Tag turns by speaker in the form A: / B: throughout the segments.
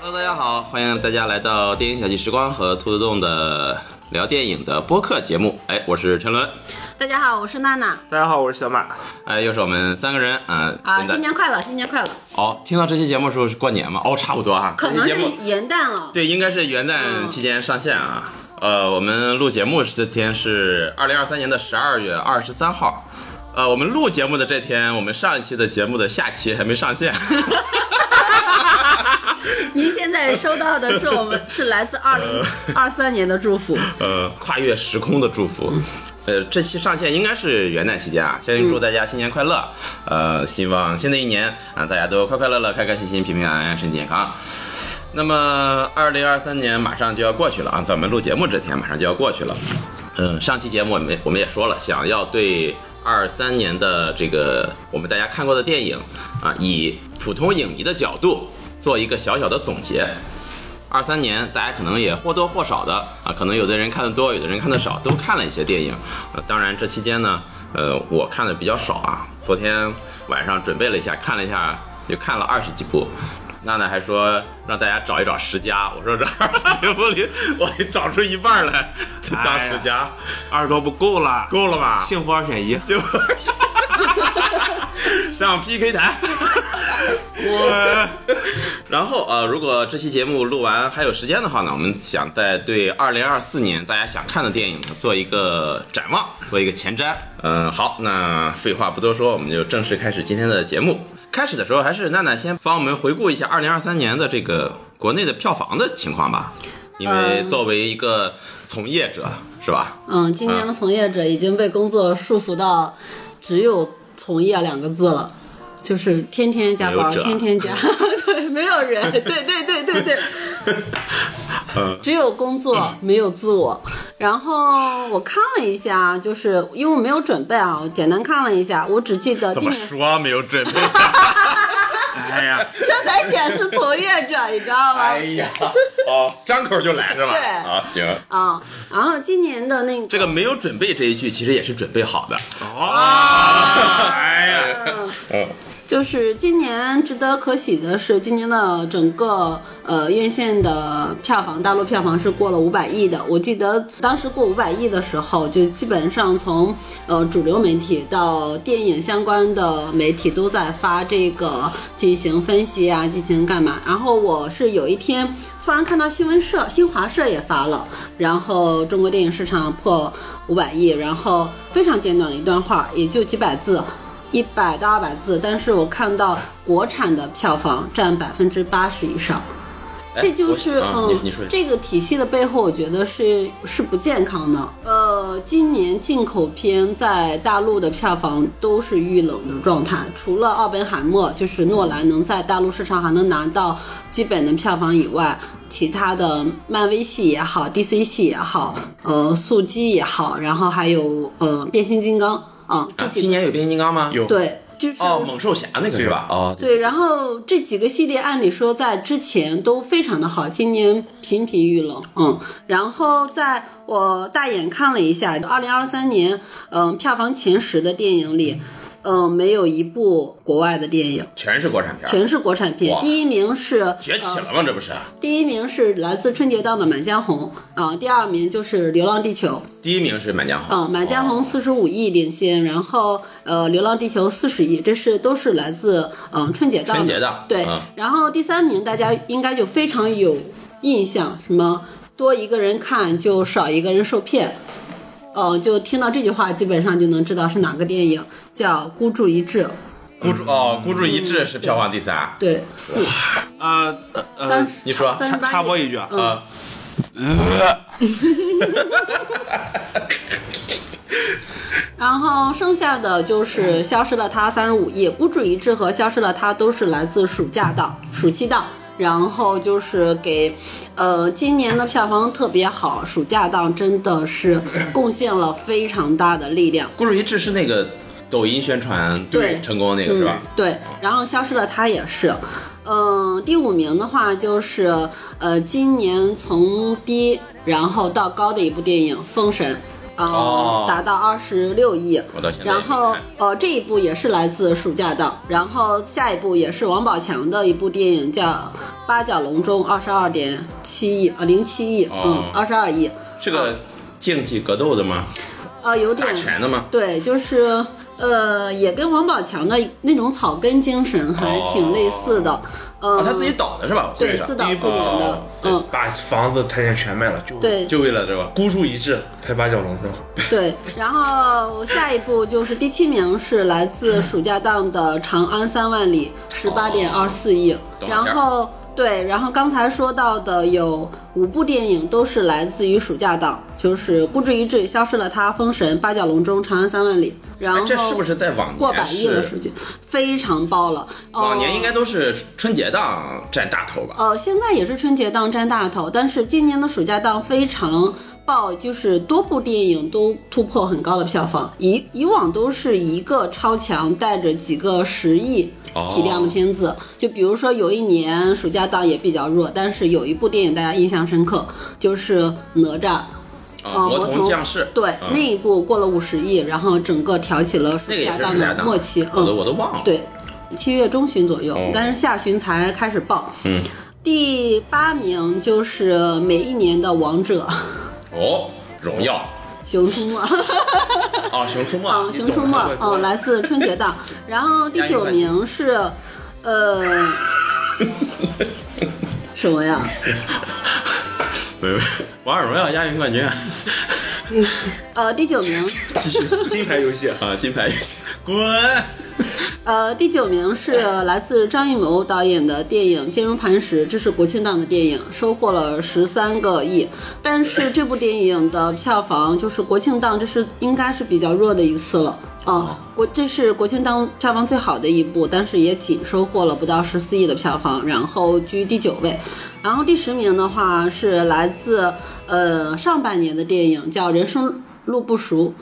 A: Hello，大家好，欢迎大家来到电影小憩时光和兔子洞的聊电影的播客节目。哎，我是陈伦，
B: 大家好，我是娜娜
C: 大家好，我是小马。
A: 哎，又是我们三个人啊。
B: 啊，
A: 现在
B: 新年快乐，新年快乐！
A: 哦，听到这期节目的时候是过年吗？哦，差不多啊。
B: 可能
A: 这期节
B: 是
A: 目
B: 元旦了，
A: 对，应该是元旦期间上线啊。呃，我们录节目这天是二零二三年的十二月二十三号。呃，我们录节目的这天，我们上一期的节目的下期还没上线。
B: 您现在收到的是我们是来自二零二三年的祝福，
A: 呃，跨越时空的祝福。呃，这期上线应该是元旦期间啊，先祝大家新年快乐。呃，希望新的一年啊，大家都快快乐乐、开开心心、平平安安、身体健康。那么，二零二三年马上就要过去了啊，咱们录节目这天马上就要过去了。嗯，上期节目我们我们也说了，想要对二三年的这个我们大家看过的电影啊，以普通影迷的角度做一个小小的总结。二三年，大家可能也或多或少的啊，可能有的人看的多，有的人看的少，都看了一些电影。呃，当然这期间呢，呃，我看的比较少啊。昨天晚上准备了一下，看了一下，就看了二十几部。娜娜还说让大家找一找十佳，我说这二十几部里， 我得找出一半来当十佳，
C: 二十多不够了，
A: 够了吧？
C: 幸福二选一。
A: 就上 PK 台。 我，然后呃，如果这期节目录完还有时间的话呢，我们想再对二零二四年大家想看的电影呢做一个展望，做一个前瞻。嗯、好，那废话不多说，我们就正式开始今天的节目。开始的时候，还是娜娜先帮我们回顾一下二零二三年的这个国内的票房的情况吧，因为
B: 嗯
A: 作为一个从业者，是吧？
B: 嗯，今年的从业者已经被工作束缚到只有从业两个字了。就是天天加
A: 没有
B: 班，
A: 者
B: 天 天加，对，没有人，对对对对对，
A: 嗯
B: 只有工作没有自我。然后我看了一下，就是因为我没有准备啊，我简单看了一下，我只记得
A: 怎
B: 呃今
A: 么
B: 年
A: 说没有准备？
C: 哎呀，
B: 这才显示从业者，你知道吗？
A: 哎呀，哦，张口就来是吧？
B: 对
A: 啊，行，
B: 啊，然后今年的那个
A: 这个没有准备这一句其实也是准备好的。
C: 哦，哎呀，
B: 嗯
A: 啊嗯，
B: 就是今年值得可喜的是，今年的整个呃院线的票房，大陆票房是过了五百亿的。我记得当时过五百亿的时候，就基本上从呃主流媒体到电影相关的媒体都在发这个进行分析啊，进行干嘛。然后我是有一天突然看到新闻社、新华社也发了，然后中国电影市场破五百亿，然后非常简短的一段话，也就几百字。一百到二百字，但是我看到国产的票房占百分之八十以上，
A: 哎
B: 这就是
A: 我啊
B: 嗯
A: 你你说，
B: 这个体系的背后，我觉得是是不健康的。呃，今年进口片在大陆的票房都是遇冷的状态，除了奥本海默，就是诺兰能在大陆市场还能拿到基本的票房以外。其他的漫威系也好，DC 系也好，呃，速激也好，然后还有呃变形金刚啊、这
A: 啊
B: 几
A: 今年有变形金刚吗？
C: 有
B: 对，就是
A: 哦，猛兽侠那个是吧？哦，
B: 对，然后这几个系列按理说在之前都非常的好，今年频频遇冷，嗯，然后在我大眼看了一下，二零二三年，嗯、票房前十的电影里，嗯、没有一部国外的电影，
A: 全是国产片儿，
B: 全是嗯国产片
A: 哇，
B: 第一名是呃
A: 崛起了吗？这不是？
B: 第一名是来自春节档的《满江红》啊、第二名就是《流浪地球》，
A: 第一名是《满江红》。
B: 嗯，《满江红》四十五亿领先，然后呃，《流浪地球》四十亿，这是都是来自嗯、春节档的。
A: 春节档
B: 对，
A: 嗯
B: 然后第三名大家应该就非常有印象，什么多一个人看就少一个人受骗。嗯、就听到这句话，基本上就能知道是哪个电影，叫《孤注一掷》。
A: 孤注哦，孤注一掷是票房第三。
B: 对，四
C: 啊
B: 三
C: 呃，
B: 十，
A: 你说
B: 三十
C: 插
B: 八亿
C: 插播一句啊，
B: 嗯
C: 呃，
A: 呃
B: 然后剩下的就是《消失了他》三十五亿，《孤注一掷》和《消失了他》都是来自暑假档、暑期档。然后就是给，呃，今年的票房特别好，暑假档真的是贡献了非常大的力量。
A: 孤注一掷是那个抖音宣传
B: 对
A: 成功那个是吧
B: 嗯？？对，然后消失的她也是。嗯、第五名的话就是呃，今年从低然后到高的一部电影《封神》。呃
A: 哦
B: 达到二十六亿
A: 我到现，在也没
B: 然后
A: 看
B: 呃这一部也是来自暑假档，然后下一部也是王宝强的一部电影叫《八角笼中》，二十二点七亿呃零七亿，
A: 哦
B: 嗯，二十二亿，
A: 是个竞技格斗的吗？
B: 呃有点
A: 打拳的吗？
B: 对，就是呃，也跟王宝强的那种草根精神还挺类似的。
A: 哦，
B: 呃，
A: 他自己倒的是吧？我记得
B: 对
A: 是
B: 自导自演的
A: 哦，对
B: 嗯，
D: 把房子太监全卖了，就
B: 对
A: 就为了这个。
D: 孤注一掷拍八角笼中，
B: 对。然后下一部就是第七名是来
A: 嗯
B: 自暑假档的《长安三万里》，十八点二四亿。
A: 懂了
B: 然后对，然后刚才说到的有五部电影都是来自于暑假档，就是《孤注一掷》《消失了他》《封神》《八角笼中》《长安三万里》。然后
A: 哎这是不是在往年
B: 过百亿了？
A: 是
B: 数据非常爆了。哦
A: 往年应该都是春节档占大头吧？
B: 呃，现在也是春节档占大头，但是今年的暑假档非常爆，就是多部电影都突破很高的票房。以以往都是一个超强带着几个十亿体量的片
A: 哦
B: 子，就比如说有一年暑假档也比较弱，但是有一部电影大家印象深刻，就是哪吒。
A: 啊，
B: 呃，
A: 魔童降世，
B: 对、
A: 嗯
B: 那一部过了五十亿，然后整个挑起了暑
A: 那个也
B: 假
A: 是暑假
B: 的
A: 档
B: 末期，
A: 我都
B: 嗯，
A: 我都忘了。，
B: 对，七月中旬左右，
A: 哦
B: 但是下旬才开始爆，
A: 嗯，
B: 第八名就是每一年的王者
A: 哦，荣耀，
B: 熊出 没，
A: 啊，熊出没，
B: 嗯，
A: 你
B: 熊出
A: 懂
B: 没
A: 了，
B: 嗯，来自春节档。然后第九名是，呃， 什么呀？
A: 没有，王者荣耀亚运冠 军啊，
B: 呃，第九名，
D: 金牌游戏
A: 啊，金牌游戏，滚！
B: 呃，第九名是来自张艺谋导演的电影《坚如磐石》，这是国庆档的电影，收获了十三个亿。但是这部电影的票房就是国庆档，这是应该是比较弱的一次了。
A: 哦
B: 啊，国这是国庆档票房最好的一部，但是也仅收获了不到十四亿的票房，然后居第九位。然后第十名的话是来自呃上半年的电影叫《人生路不熟》，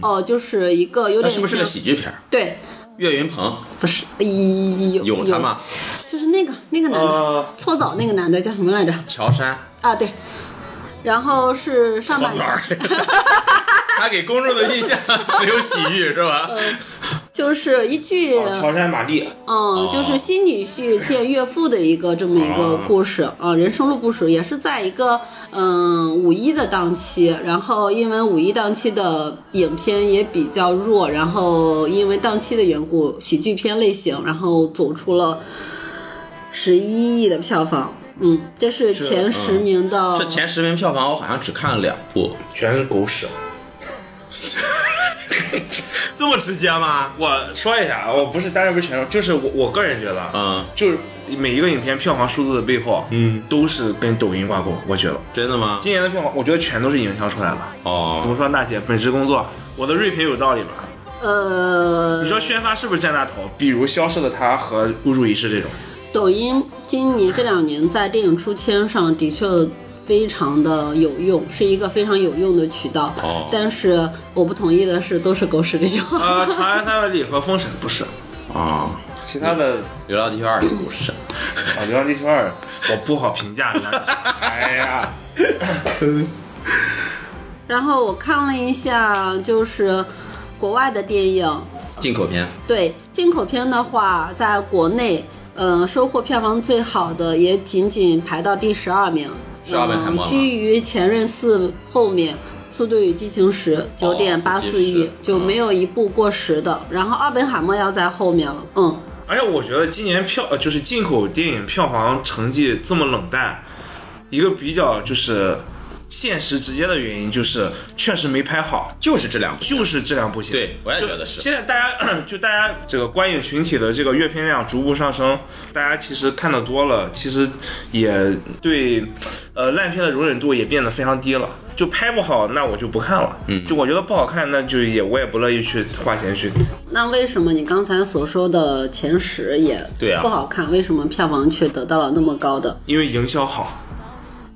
B: 哦、就是一个有
A: 嗯那
B: 点
A: 是不是个
B: 像
A: 喜剧片儿？
B: 对。
A: 岳云鹏
B: 不是，有
A: 有他吗？？
B: 就是那个那个男的
D: 呃，
B: 搓澡那个男的叫什么来着？
A: 乔杉，
B: 啊，对。然后是上半年，
A: 他给公众的印 象只有喜剧是吧？
B: 就是一句，
A: 哦
D: 乔杉玛丽，
B: 嗯，就是新女婿见岳父的一个这么一个故事啊，人生路不熟，也是在一个嗯五一的档期，然后因为五一档期的影片也比较弱，然后因为档期的缘故，喜剧片类型，然后走出了十一亿的票房，嗯，这是前十名的，
A: 这前十名票房我好像只看了两部，
D: 全是狗屎。
A: 这么直接吗？
D: 我说一下，我不是当然不是全，就是我我个人觉得，啊
A: 嗯，
D: 就是每一个影片票房数字的背后，嗯，都是跟抖音挂钩。我觉得
A: 真的吗？
D: 今年的票房，我觉得全都是营销出来的。怎
A: 哦，
D: 么说，娜姐，本职工作，我的锐评有道理吧？
B: 呃，
D: 你说宣发是不是占大头？比如《消失的她》和《孤注一掷》这种，
B: 抖音今年这两年在电影出签上的确非常的有用，是一个非常有用的渠道。
A: 哦
B: 但是我不同意的是，都是狗屎这句话。
D: 呃，《长安三万里》和《封神》不是，
A: 啊，
D: 其他
A: 《
D: 的
A: 流浪地球二》的故事，
D: 啊，《流浪地球二》我不好评价。 哎呀，
B: 然后我看了一下，就是国外的电影，
A: 进口片，
B: 对进口片的话，在国内，呃，收获票房最好的也仅仅排到第十二名，
A: 是奥本海默吗
B: 嗯居于前任四后面。《速度与激情十》九点八四亿、
A: 哦
B: 就没有一部过十的，然后《奥本海默》要在后面了，嗯，
D: 而且哎我觉得今年票呃就是进口电影票房成绩这么冷淡，一个比较就是现实直接的原因就是确实没拍好，
A: 就是这两部，
D: 就是质量不行。
A: 对我也觉得
D: 就是现在大家就大家这个观影群体的这个阅片量逐步上升，大家其实看的多了，其实也对呃，烂片的容忍度也变得非常低了。就拍不好，那我就不看了。嗯，就我觉得不好看，那就也我也不乐意去花钱去。
B: 那为什么你刚才所说的前十也
A: 对啊
B: 不好看？为什么票房却得到了那么高的？
D: 因为营销好，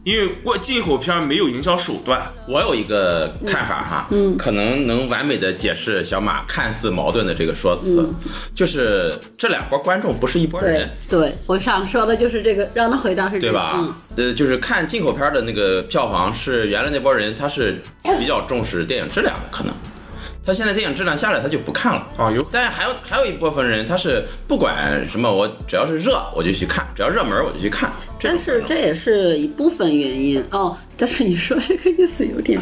D: 因为过进口片没有营销手段。
A: 我有一个看法哈，嗯，可能能完美的解释小马看似矛盾的这个说辞，就是这两波观众不是一波
B: 对
A: 人。
B: 对，我想说的就是这个，让他回答是这
A: 对
B: 个，
A: 吧？
B: 嗯，
A: 呃，就是看进口片的那个票房是原来那波人，他是比较重视电影质量的，可能他现在电影质量下来，他就不看了。
D: 啊有
A: 但是还有还有一部分人，他是不管什么，我只要是热我就去看，只要热门我就去看。这
B: 但
A: 种
B: 是
A: 可能
B: 这也是一部分原因哦。但是你说这个意思有点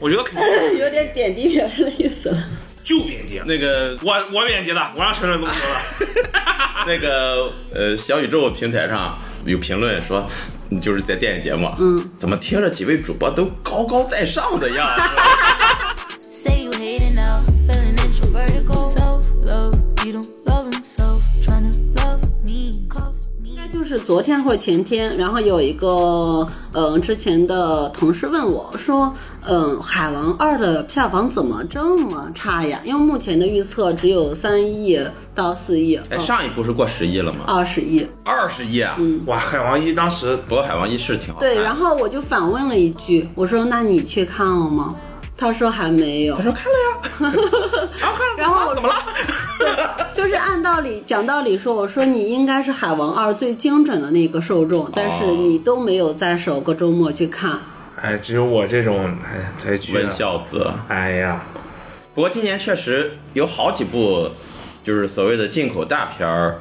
D: 我觉得肯定
B: 有点贬低别人的意思了。
D: 就贬低。
A: 那 个
D: 我我贬低了，我让陈伦这么 说了。
A: 那个呃小宇宙平台上有评论说，就是在电影节目，嗯，怎么听着几位主播都高高在上的 样子？
E: Say you hate it now, feeling introverted, go self love. You don't love himself, trying to love me. Cough, me.
B: 应该就是昨天或前天，然后有一个嗯、呃之前的同事问我说，嗯、海王二》的票房怎么这么差呀？因为目前的预测只有三亿到四亿，哦
A: 哎，上一部是过十亿了吗？
B: 二十亿。
A: 二十亿啊！
D: 哇，海王一当时
A: 不过海王一是挺好看的。
B: 嗯对，然后我就反问了一句，我说那你去看了吗？他说还没有
A: 他。说看了呀，啊
B: 然后我
A: 怎么了？
B: 就是按道理讲道理说，我说你应该是《海王二》最精准的那个受众，但是你都没有在首个周末去看。
D: 哎，只有我这种哎呀才去
A: 文孝子。
D: 哎呀，
A: 不过今年确实有好几部，就是所谓的进口大片儿，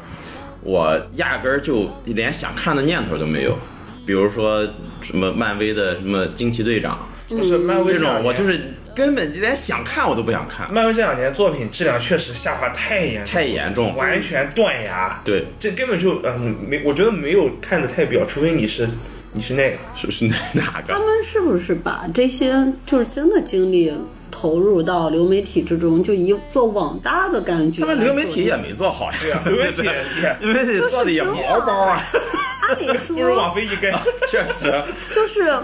A: 我压根儿就连想看的念头都没有。比如说什么漫威的什么惊奇队长
B: 嗯
D: 不是漫威
A: 这种，我就是是根本连想看我都不想看，
D: 漫威这两年作品质量确实下滑太严重了，
A: 太严重了。
D: 完全断崖。
A: 对，
D: 这根本就嗯没，我觉得没有看的太必要，除非你是你是 那个。
A: 是是哪哪个？
B: 他们是不是把这些就是真的精力投入到流媒体之中，就一做网大的感觉
A: 他
B: 来
A: 们
B: 做？
A: 流媒体也没做好呀，
D: 流 媒体也
A: 流媒体做的也毛包啊，
B: 按理
D: 不如
B: 说
D: 网飞一根。
A: 确实。
B: 就是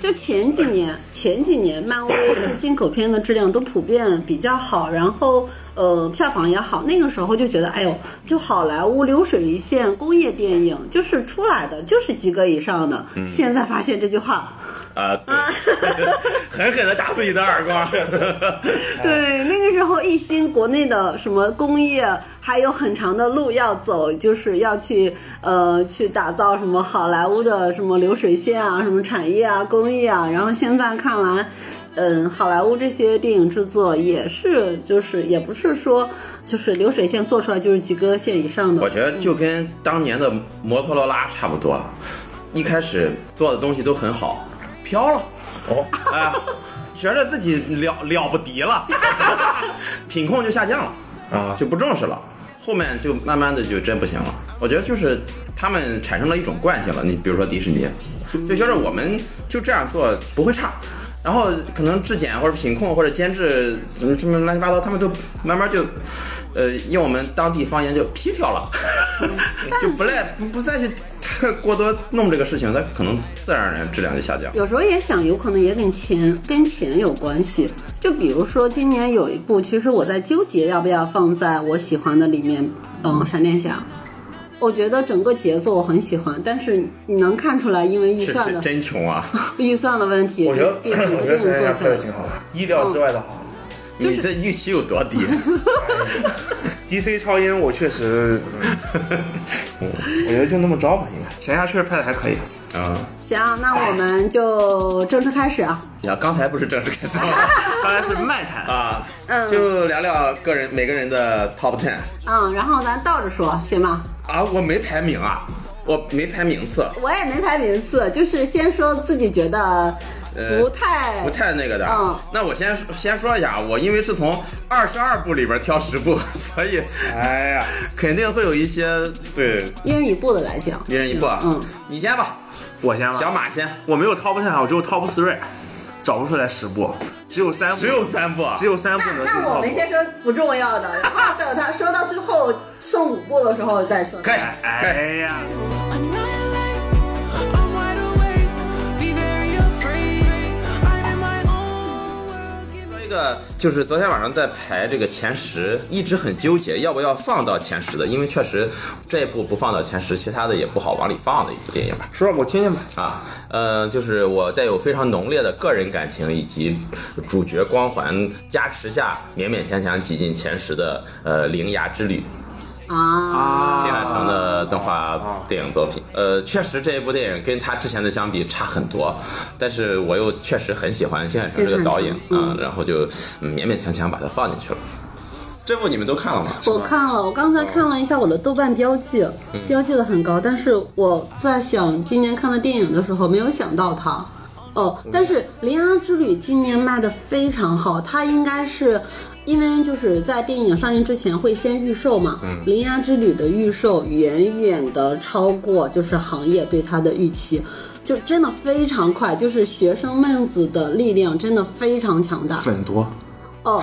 B: 就前几年前几年漫威就进口片的质量都普遍比较好，然后呃票房也好，那个时候就觉得哎呦，就好莱坞流水一线工业电影就是出来的就是及格以上的，现在发现这句话。
A: 啊，对，狠狠的打自己的耳光，
B: 对，那个时候一心国内的什么工业还有很长的路要走，就是要去呃去打造什么好莱坞的什么流水线啊，什么产业啊、工业啊。然后现在看来，嗯，好莱坞这些电影制作也是，就是也不是说就是流水线做出来就是及格线以上
A: 我
B: 的。
A: 觉得就跟当年的摩托罗拉差不多，一开始做的东西都很好，飘了，
D: 哦，
A: 哎，觉着自己了了不敌 了，品控就下降了，
D: 啊，
A: 就不重视了，后面就慢慢的就真不行了。我觉得就是他们产生了一种惯性了，你比如说迪士尼，就觉着我们就这样做不会差。然后可能质检或者品控或者监制什么什么乱七八糟，他们都慢慢就，呃，用我们当地方言就批掉 了，就不赖不不再去过多弄这个事情，它可能自然而然质量就下降。
B: 有时候也想，有可能也跟钱跟钱有关系。就比如说今年有一部，其实我在纠结要不要放在我喜欢的里面，嗯，闪电侠。我觉得整个节奏我很喜欢，但是你能看出来，因为预
A: 是
B: 算
A: 是
B: 的
A: 真穷啊！
B: 预算的问题，
D: 我觉得
B: 电影
D: 我
B: 个
D: 觉得闪
B: 电影
D: 电侠
B: 做起
D: 拍
B: 来嗯
D: 的，挺好的，意料之外的好。
A: 你这预期有多低？啊
D: DC 超英我确实，嗯 我觉得就那么着吧，应该。闪电侠确实拍的还可以。
A: 啊！
B: 行，那我们就正式开始啊。
A: 呀，刚才不是正式开始 吗？
D: 当然是漫谈，
A: 啊，
B: 嗯
A: 就聊聊个人每个人的 top ten
B: 嗯，然后咱倒着说，行吗？
A: 啊，我没排名啊，我没排名次，
B: 我也没排名次，就是先说自己觉得
A: 呃
B: 不太、
A: 不太那个的。
B: 嗯
A: 那我先先说一下啊，我因为是从二十二部里边挑十部， 所以
D: 哎呀， 嗯
A: 肯定会有一些对
B: 一人一部的来讲，
A: 一人一部啊。
B: 嗯，
A: 你先吧，
D: 我先
A: 小
D: 吧。
A: 马先，
D: 我没有 top ten，我只有 top three，找不出来十部，只有三部，
A: 只有三部啊，
D: 只有三部能
B: 那
D: 进
B: 那我
D: top
B: 们。先说不重要的，然后等他说到最后剩五步的时候再说。
A: 可以可以。
D: 哎呀，
E: I'm running late, I'm wide awake. Be
A: 个就是昨天晚上在排这个前十，一直很纠结要不要放到前十的，因为确实这部不放到前十，其他的也不好往里放的一部电影吧。
D: 说让我听听吧。
A: 啊，呃，就是我带有非常浓烈的个人感情以及主角光环加持下，勉勉强强挤进前十的呃《铃芽之旅》
B: 啊，
A: 新海诚的动画电影作品。呃，确实这一部电影跟他之前的相比差很多，但是我又确实很喜欢新海诚这个导演啊、
B: 新海诚嗯
A: 然后就嗯勉勉强强把它放进去了。这部你们都看了吗？
B: 我看了，我刚才看了一下我的豆瓣标记，
D: 嗯
B: 标记的很高，但是我在想今年看的电影的时候，没有想到它。哦，
D: 嗯
B: 但是《铃芽之旅》今年卖的非常好，它应该是。因为就是在电影上映之前会先预售嘛，
D: 嗯
B: 铃芽之旅》的预售远远的超过就是行业对它的预期，就真的非常快，就是学生妹子的力量真的非常强大。
D: 粉多，
B: 哦，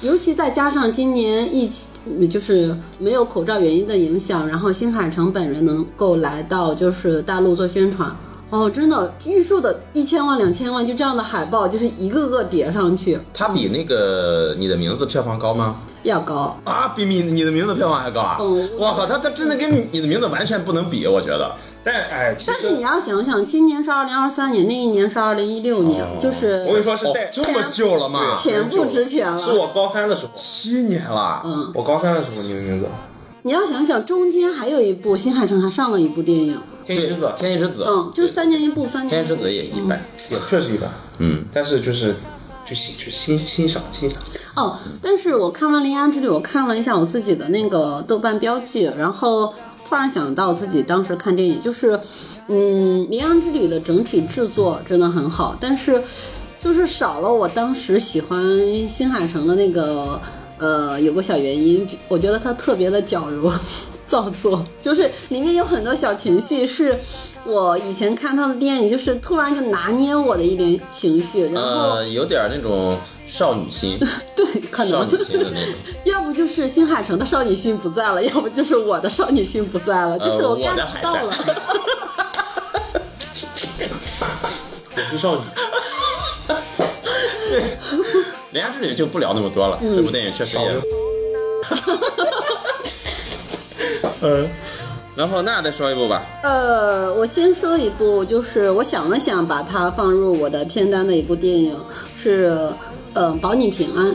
B: 尤其再加上今年疫情，就是没有口罩原因的影响，然后新海诚本人能够来到就是大陆做宣传，哦，真的预售的一千万、两千万就这样的海报，就是一个个叠上去，
A: 它比那个你的名字票房高吗？
B: 要高。
A: 啊，比你你的名字票房还高啊！
B: 哦
A: 我靠，他他真的跟你的名字完全不能比，我觉得。
D: 但哎，其
B: 但是你
D: 实
B: 要想想，今年是二零二三年，那一年是二零一六年，就是
D: 哦我跟你说是带
A: 哦、这么旧了吗？
B: 钱不值钱了。
D: 是我高三的时候，
A: 七年了。
B: 嗯，
D: 我高三的时候，你的名字
B: 你要想想，中间还有一部新海诚还上了一部电影，
D: 《天气之子》
A: 天气之子，
B: 嗯，就是三年一部，三
A: 天
B: 年一
A: 气
B: 部
A: 之子也一般。
D: 也确实一般，
A: 嗯，
D: 但是就是就欣就欣欣赏欣赏，
B: 哦，但是我看完《铃芽之旅》，我看了一下我自己的那个豆瓣标记，然后突然想到自己当时看电影，就是，嗯，《铃芽之旅》的整体制作真的很好，但是就是少了我当时喜欢新海诚的那个，呃，有个小原因，我觉得他特别的矫揉造作，就是里面有很多小情绪是。我以前看他的电影，就是突然就拿捏我的一点情绪，然后、
A: 呃，有点那种少女 心，
B: 对，可能
A: 少女心的那种。
B: 要不就是新海诚的少女心不在了，要不就是我的少女心不在了，就是
A: 呃，我
B: get
A: 的还
B: 到
A: 在
B: 了。
D: 我 是少女，
A: 人家这里就不聊那么多了，这部电影确实也
D: 少。
A: 嗯，然后那再说一部吧。
B: 呃，我先说一部，就是我想了想，把它放入我的片单的一部电影是，呃，保你平安，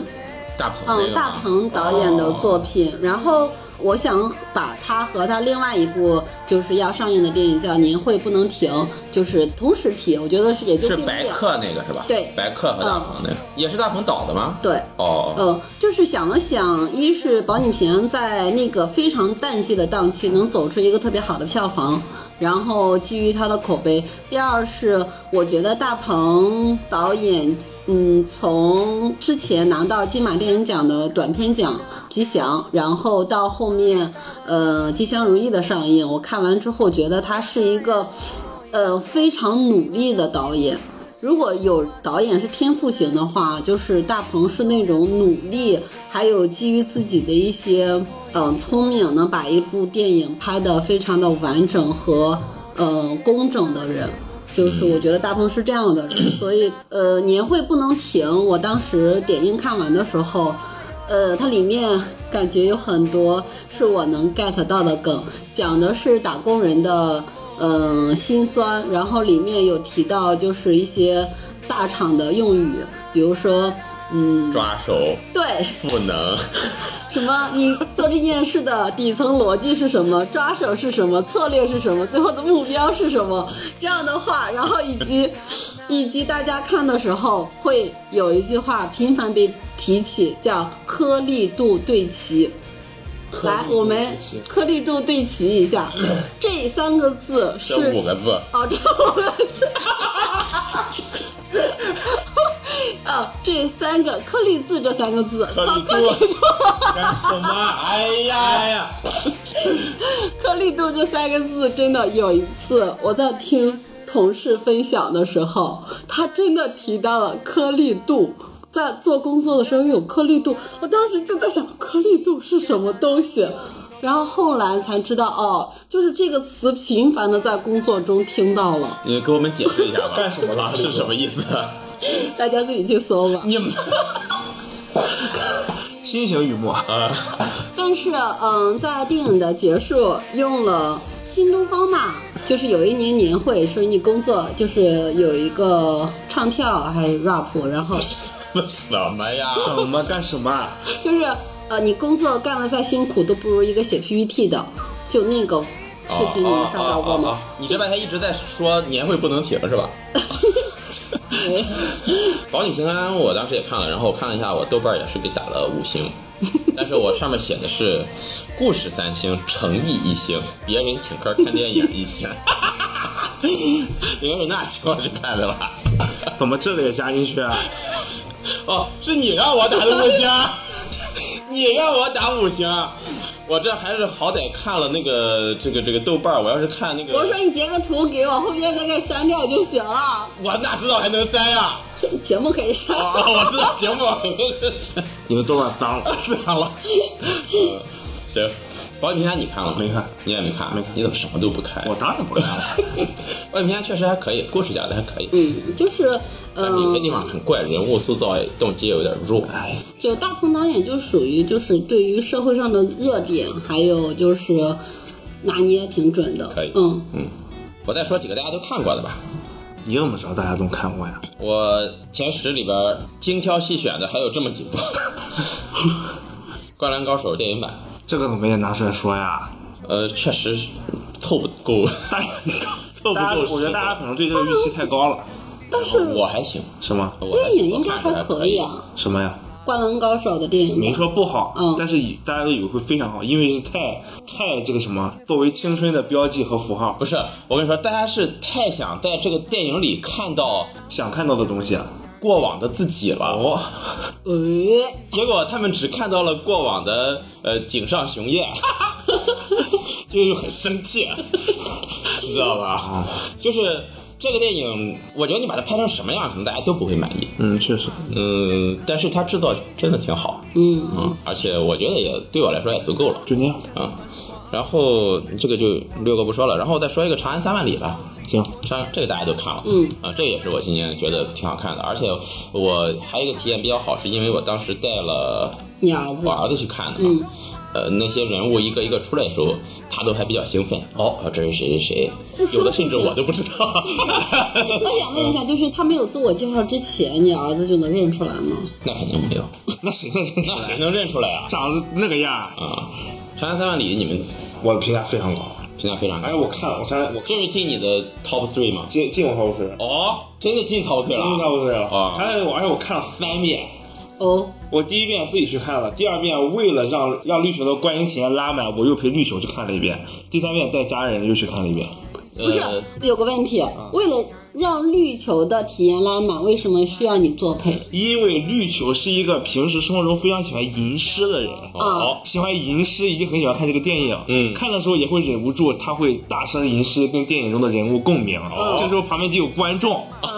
A: 大鹏哦那个吗
B: 嗯，
A: 哦
B: 大鹏导演的作品。然后我想把它和他另外一部就是要上映的电影叫《年会不能停》，就是同时提，我觉得是也就是并
A: 白
B: 列。
A: 客那个是吧？
B: 对嗯
A: 白客和大鹏那个，也是大鹏导的吗？
B: 对，
A: 哦，
B: 呃，就是想了想，一是保你平安在那个非常淡季的档期能走出一个特别好的票房，然后基于他的口碑；第二是我觉得大鹏导演，嗯，从之前拿到金马电影奖的短片奖吉祥，然后到后面呃吉祥如意的上映，我看完之后觉得他是一个呃非常努力的导演。如果有导演是天赋型的话，就是大鹏是那种努力，还有基于自己的一些嗯、呃聪明，能把一部电影拍得非常的完整和呃工整的人。就是我觉得大鹏是这样的人，所以呃年会不能停。我当时点映看完的时候，呃，它里面感觉有很多是我能 get 到的梗，讲的是打工人的嗯、呃辛酸，然后里面有提到就是一些大厂的用语，比如说嗯，
A: 抓手
B: 对，
A: 赋能，
B: 什么你做这件事的底层逻辑是什么，抓手是什么，策略是什么，最后的目标是什么，这样的话，然后以及以及大家看的时候会有一句话频繁被提起，叫颗粒度对齐。来，我们颗粒度对齐一 下，这三个字是
A: 这五个字。
B: 哦，这五个字。 啊，这三个颗粒字这三个字，哦
A: 颗粒
B: 颗粒
A: 度
B: 度，
A: 干什么？哎呀哎呀！
B: 颗粒度这三个字真的有一次我在听同事分享的时候，他真的提到了颗粒度。在做工作的时候有颗粒度，我当时就在想颗粒度是什么东西，然后后来才知道哦，就是这个词频繁的在工作中听到了，
A: 你给我 们解释一下吧，
D: 干什么了
A: 啊是什么意思？
B: 大家自己去搜吧。
A: 你们
C: 心形雨幕啊，
B: 但是，嗯，在电影的结束用了新东方嘛，就是有一年年会，说你工作就是有一个唱跳还是 rap，然后
A: 什么呀？
C: 什么干什么？啊
B: 就是呃，你工作干了再辛苦，都不如一个写 PPT 的，就那个视频你
A: 哦
B: 们上到过吗？
A: 你这半天一直在说年会不能停 是吧？
B: 没
A: 保你平安，我当时也看了，然后我看了一下，我豆瓣也是给打了五星，但是我上面写的是故事三星，诚意一星，别人请客看电影一星。应该是那情况去看的 吧？
C: 怎么这个也加进去啊？
A: 哦，是你让我打的五星，啊 你让我打五星，啊我这还是好歹看了那个这个这个豆瓣儿，我要是看那个，
B: 我说你截个图给我，后面再给删掉就行了。
A: 我哪知道还能删呀、
B: 这节目可以删。
A: 啊，我知道节目
C: 你们豆瓣脏了，
A: 看了。呃行，保你平安你看了吗？
C: 没看，
A: 你也没看，没看。你怎么什么都不看？
C: 我当然不干了。
A: 保你平安确实还可以，故事讲的还可以。
B: 嗯，就是，
A: 但
B: 呃，
A: 有些地方很怪，人物塑造动机有点弱。哎，
B: 就大鹏导演就属于就是对于社会上的热点，还有就是拿捏挺准的。
A: 可以
B: 嗯，
A: 我再说几个大家都看过的吧。
C: 你怎么知道大家都看过呀？
A: 我前十里边精挑细选的还有这么几部，《灌篮高手》电影版，
C: 这个怎么也拿出来说呀？
A: 呃，确实凑不够，
C: 大家
A: 凑不
C: 大家
A: 够。
C: 我觉得大家可能对这个预期太高了。
B: 但是
A: 我还行，
C: 什么
A: 我还
B: 嗯电影应该
A: 我看着还
B: 还可
A: 以
B: 以。啊，
C: 什么呀？
B: 《灌篮高手》的电影
C: 没
B: 版。
C: 说不好，
B: 嗯
C: 但是以大家都以为会非常好，因为是太太这个什么作为青春的标记和符号，
A: 不是，我跟你说，大家是太想在这个电影里看到
C: 想看到的东西啊。
A: 过往的自己了，
C: 哦，
A: 嗯
B: 哎，
A: 结果他们只看到了过往的呃井上雄彦， 就是很生气，你知道吧？就是这个电影，我觉得你把它拍成什么样，可能大家都不会满意。
C: 嗯，确实，
A: 嗯，但是它制作真的挺好，
B: 嗯，
A: 嗯，而且我觉得也对我来说也足够了。
C: 就那样。
A: 嗯，然后这个就略过不说了，然后再说一个《长安三万里》吧。
C: 行，
A: 上这个大家都看了，
B: 嗯
A: 啊、这也是我今年觉得挺好看的，而且我还有一个体验比较好，是因为我当时带了
B: 你儿子
A: 我儿子去看的嘛，
B: 嗯
A: 呃，那些人物一个一个出来的时候，他都还比较兴奋，哦，这是谁谁谁
B: 这，说
A: 有的
B: 是
A: 甚至
B: 谁
A: 我都不知 道，
B: 我想问一下，就是他没有自我介绍之前，你儿子就能认出来吗？
A: 那肯定没有，
C: 那谁能认
A: 那
C: 出
A: 谁
C: 来？
A: 能认出来啊？
C: 长得那个样儿，
A: 啊、长安三万里》你们
C: 我的评价非常高。
A: 评价非常
C: 哎，
A: 高，
C: 我看了，我上我
A: 这是进你的 top three 吗？
C: 进进我 top 十，
A: 哦，真的进 top three
C: 进
A: 了，
C: 我 top 十了。
A: 啊
C: 他我而哎且我看了三遍，
B: 哦，
C: 我第一遍自己去看了，第二遍为了让让绿球的观影体验拉满，我又陪绿球去看了一遍，第三遍带家人又去看了一遍。
B: 不是
A: 呃，
B: 有个问题，为了让绿球的体验拉满，为什么需要你作陪？
C: 因为绿球是一个平时生活中非常喜欢吟诗的人，
A: 哦，
C: 喜欢吟诗，已经很喜欢看这个电影。
A: 嗯
C: 看的时候也会忍不住，他会大声吟诗，跟电影中的人物共鸣。哦，这时候旁边就有观众，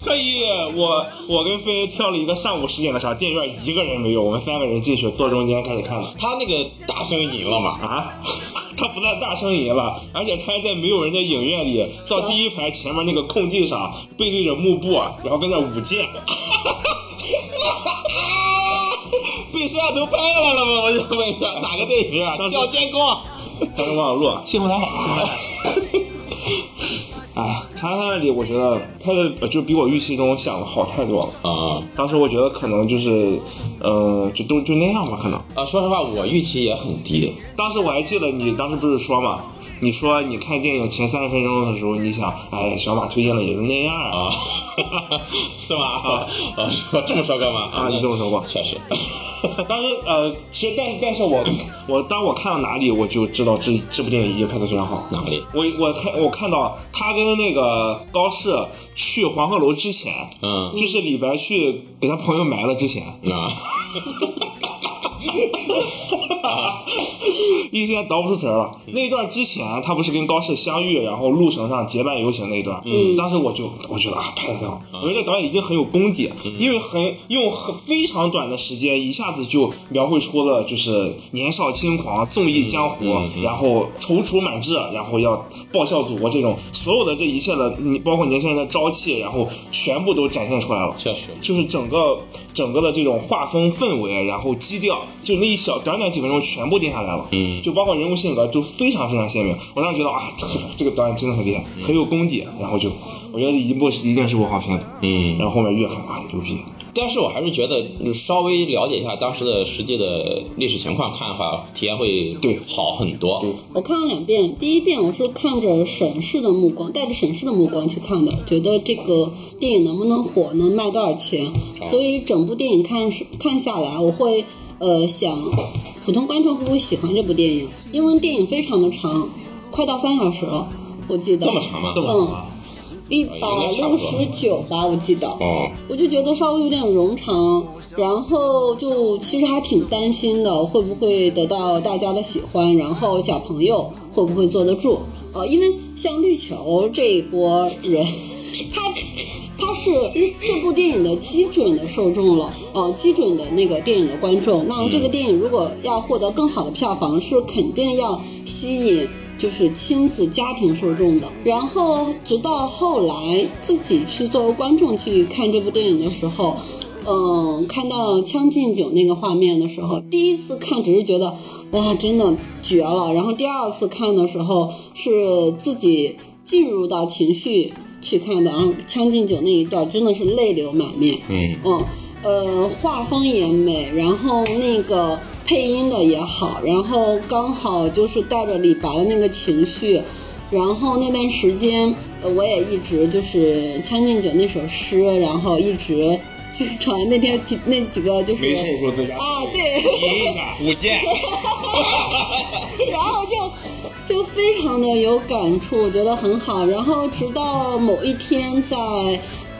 C: 特意我我跟飞挑了一个上午十点的场，电影院一个人没有，我们三个人进去坐中间开始看了。
A: 他那个大声赢了嘛？
C: 啊， 他不但大声吟了，而且他还在没有人的影院里，到第一排前面那个空地上，背对着幕布，啊然后跟那舞剑。
A: 被摄像头拍下来了吗？我就问一下，哪个电影啊？
C: 当时
A: 叫监控。
C: 当时忘了录了，幸福台海。 哎，长安三万里，我觉得他的呃就比我预期中想的好太多了。
A: 啊
C: 当时我觉得可能就是，呃，就都就那样吧，可能。
A: 啊！说实话，我预期也很低。
C: 当时我还记得你当时不是说嘛，你说你看电影前三十分钟的时候，你想，哎，小马推荐了也就那样
A: 啊
C: 啊。，
A: 是吗？ 啊，啊说这么说干嘛？
C: 啊你这么说过
A: 确实。
C: 当时呃，其实但但是我我当我看到哪里，我就知道这这部电影已经拍得非常好。
A: 哪里？
C: 我我看我看到他跟那个高适去黄鹤楼之前，
A: 嗯
C: 就是李白去给他朋友埋了之前，
A: 啊，
D: 一时间倒不出词儿了。那一段之前，啊他不是跟高适相遇，然后路程上结伴游行那一段，嗯，当时我就我觉得啊，拍的挺好，我觉得这导演已经很有功底，因为很用很非常短的时间，一下子就描绘出了就是年少轻狂、纵意江湖，然后踌躇满志，然后要报效祖国这种所有的这一切的，你包括年轻人的朝气，然后全部都展现出来了。
A: 确实，
D: 就是整个整个的这种画风氛围，然后基调，就那一小短短几分钟全部定下来了。
A: 嗯
D: 就包括人物性格都非常非常鲜明。我当时觉得啊，这个这个导演真的很厉害，
A: 嗯
D: 很有功底。啊然后就我觉得一部一定是部好片子。
A: 嗯
D: 然后后面越看啊牛逼，
A: 但是我还是觉得嗯稍微了解一下当时的实际的历史情况看的话，体验会
D: 对
A: 好很多。
D: 对
B: 我看了两遍，第一遍我是看着审视的目光，带着审视的目光去看的，觉得这个电影能不能火，能卖多少钱，所以整部电影看是看下来，我会呃想，普通观众会不会喜欢这部电影？因为电影非常的长，快到三小时了，我记得
A: 这么长啊吗？
B: 嗯，一
A: 应
B: 百
A: 该差
B: 六
A: 不多
B: 十九吧，我记得。
A: 哦，
B: 我就觉得稍微有点冗长，然后就其实还挺担心的，会不会得到大家的喜欢，然后小朋友会不会坐得住？呃，因为像绿球这一波人，他。他是这部电影的基准的受众了，呃，基准的那个电影的观众。那这个电影如果要获得更好的票房，是肯定要吸引就是亲子家庭受众的。然后直到后来自己去作为观众去看这部电影的时候，嗯，看到《将进酒》那个画面的时候，第一次看只是觉得哇，真的绝了。然后第二次看的时候是自己进入到情绪去看的，然后《将进酒》那一段真的是泪流满面。
A: 嗯
B: 嗯，呃，画风也美，然后那个配音的也好，然后刚好就是带着李白的那个情绪，然后那段时间呃我也一直就是《将进酒》那首诗，然后一直 经常那天几那几个就是
D: 没事说在家
B: 啊对。
D: 一下
A: 五剑，
B: 然后就就非常的有感触，我觉得很好。然后直到某一天在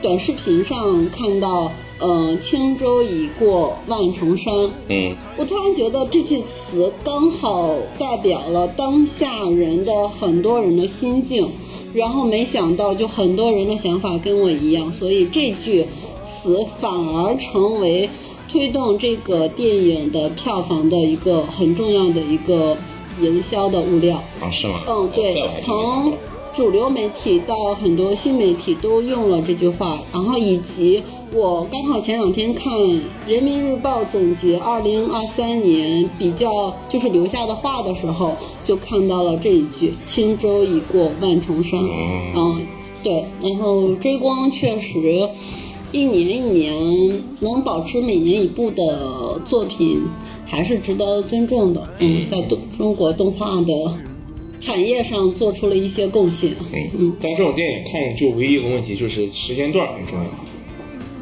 B: 短视频上看到，嗯、轻舟已过万重山，
A: 嗯，
B: 我突然觉得这句词刚好代表了当下人的很多人的心境，然后没想到就很多人的想法跟我一样，所以这句词反而成为推动这个电影的票房的一个很重要的一个营销的物料。
A: 啊是吗？
B: 嗯，对
A: 这我还，真没想
B: 从
A: 过
B: 主流媒体到很多新媒体都用了这句话，然后以及我刚好前两天看《人民日报》总结二零二三年比较就是留下的话的时候，就看到了这一句“轻舟已过万重山”。
A: 哦
B: 嗯，对，然后追光确实。一年一年能保持每年一部的作品，还是值得尊重的。嗯，在动中国动画的产业上做出了一些贡献。啊
D: 嗯，但这种电影看就唯一一个问题就是时间段很重要，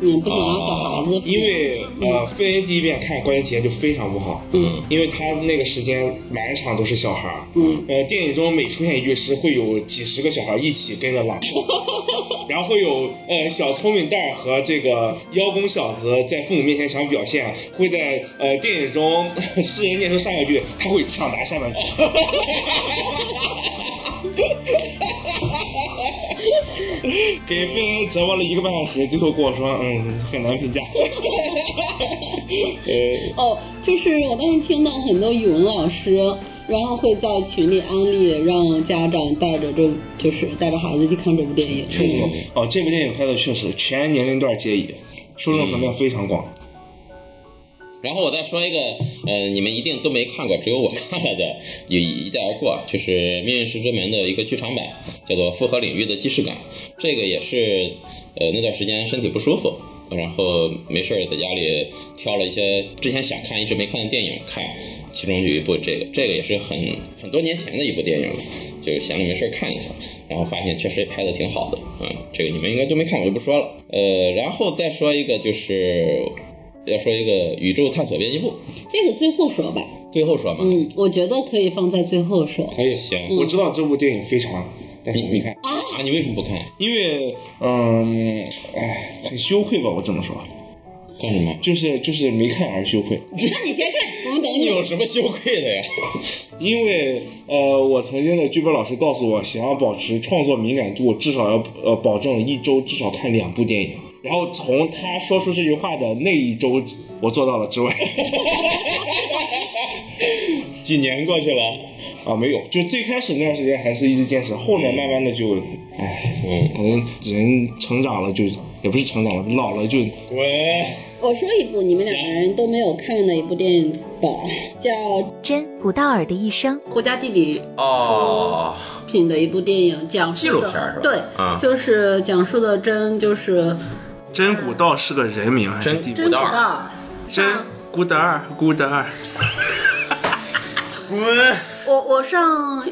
B: 嗯，不想让小孩
A: 哦
B: 子，
D: 因为呃，飞人第一遍看观影体验就非常不好，
B: 嗯，
D: 因为他那个时间满场都是小孩儿，
B: 嗯，
D: 呃，电影中每出现一句诗，会有几十个小孩一起跟着 朗诵，然后会有呃小聪明蛋儿和这个邀功小子在父母面前想表现，会在呃电影中诗人念出上一句，他会抢答下半句。 给飞人折磨了一个半小时，最后跟我说，嗯，很难评价。
B: 哦，就是我当时听到很多语文老师，然后会在群里安利，让家长带着这就是带着孩子去看这部电影。嗯
D: 确实，哦，这部电影拍的确实全年龄段皆宜，受众
A: 嗯
D: 层面非常广。
A: 然后我再说一个，呃，你们一定都没看过，只有我看了的， 也一带而过，就是《命运石之门》的一个剧场版，叫做《复合领域的既视感》。这个也是，呃，那段时间身体不舒服，然后没事儿在家里挑了一些之前想看一直没看的电影看，其中有一部这个，这个也是很很多年前的一部电影了，就闲着没事儿看一下，然后发现确实也拍的挺好的，嗯，这个你们应该都没看，我就不说了。呃，然后再说一个就是。要说一个宇宙探索编辑部，
B: 这个最后说吧，
A: 最后说嘛，
B: 嗯，我觉得可以放在最后说。
A: 可以，行，
D: 我知道这部电影非
A: 嗯
D: 常，但是我没看，
A: 啊，你为什么不看？
D: 因为嗯，哎，很羞愧吧，我只能说，
A: 干什么？
D: 就是就是没看而羞愧，
B: 那你先看，我们等你。
A: 有什么羞愧的呀？
D: 因为呃，我曾经的剧本老师告诉我，想要保持创作敏感度，至少要呃保证一周至少看两部电影。然后从他说出这句话的那一周，我做到了之外，
A: 几年过去了，
D: 啊没有，就最开始那段时间还是一直坚持，后面慢慢的就，唉，
A: 嗯，
D: 可能人成长了就也不是成长了，老了就
A: 滚！
B: 我说一部你们两个人都没有看的一部电影吧，叫《
F: 真古道尔的一生，
B: 国家地理
A: 哦，
B: 品的一部电影，讲述的
A: 纪录片是吧
B: 对，
A: 啊
B: 就是讲述的真就是
D: 真古道是个人名还
A: 真地
B: 真
A: 道
B: 道
A: 儿，
B: 儿。嗯
D: 真古达尔古达尔，
A: 滚！
B: 我我上我读，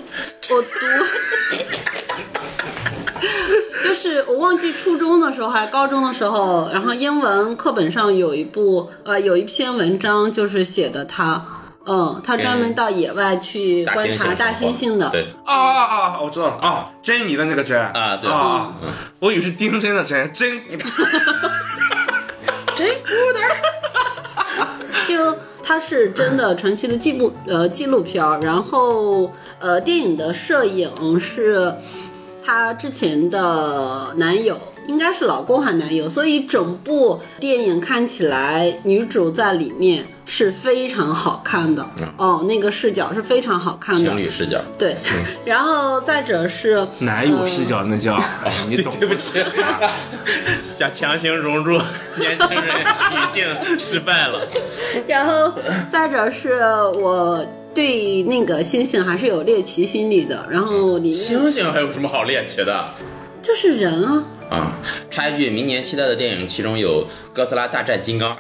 B: 就是我忘记初中的时候还高中的时候，然后英文课本上有一部呃有一篇文章就是写的他，嗯，他专门到野外去
A: 大
B: 观
A: 猩
B: 察
A: 猩，
B: 大猩猩的，
A: 对
D: 啊啊啊！我知道了啊，珍妮的那个珍
A: 啊对
D: 啊，嗯我以为是丁真的真，真古达
B: 就它是真的长期的纪 录呃纪录片儿，然后呃电影的摄影是她之前的男友。应该是老公还男友，所以整部电影看起来女主在里面是非常好看的、哦，那个视角是非常好看的
A: 嗯情。侣嗯视角。
B: 对， 然后再者是
D: 男友视角那叫，哎 你懂
A: 对不起， 想强行融入 年轻人语境失败了。
B: 然后再者是我对那个星星还是有猎奇心理的，然后里面
A: 星星还有什么好猎奇的？
B: 就是人啊，
A: 啊，插一句，明年期待的电影其中有《哥斯拉大战金刚二》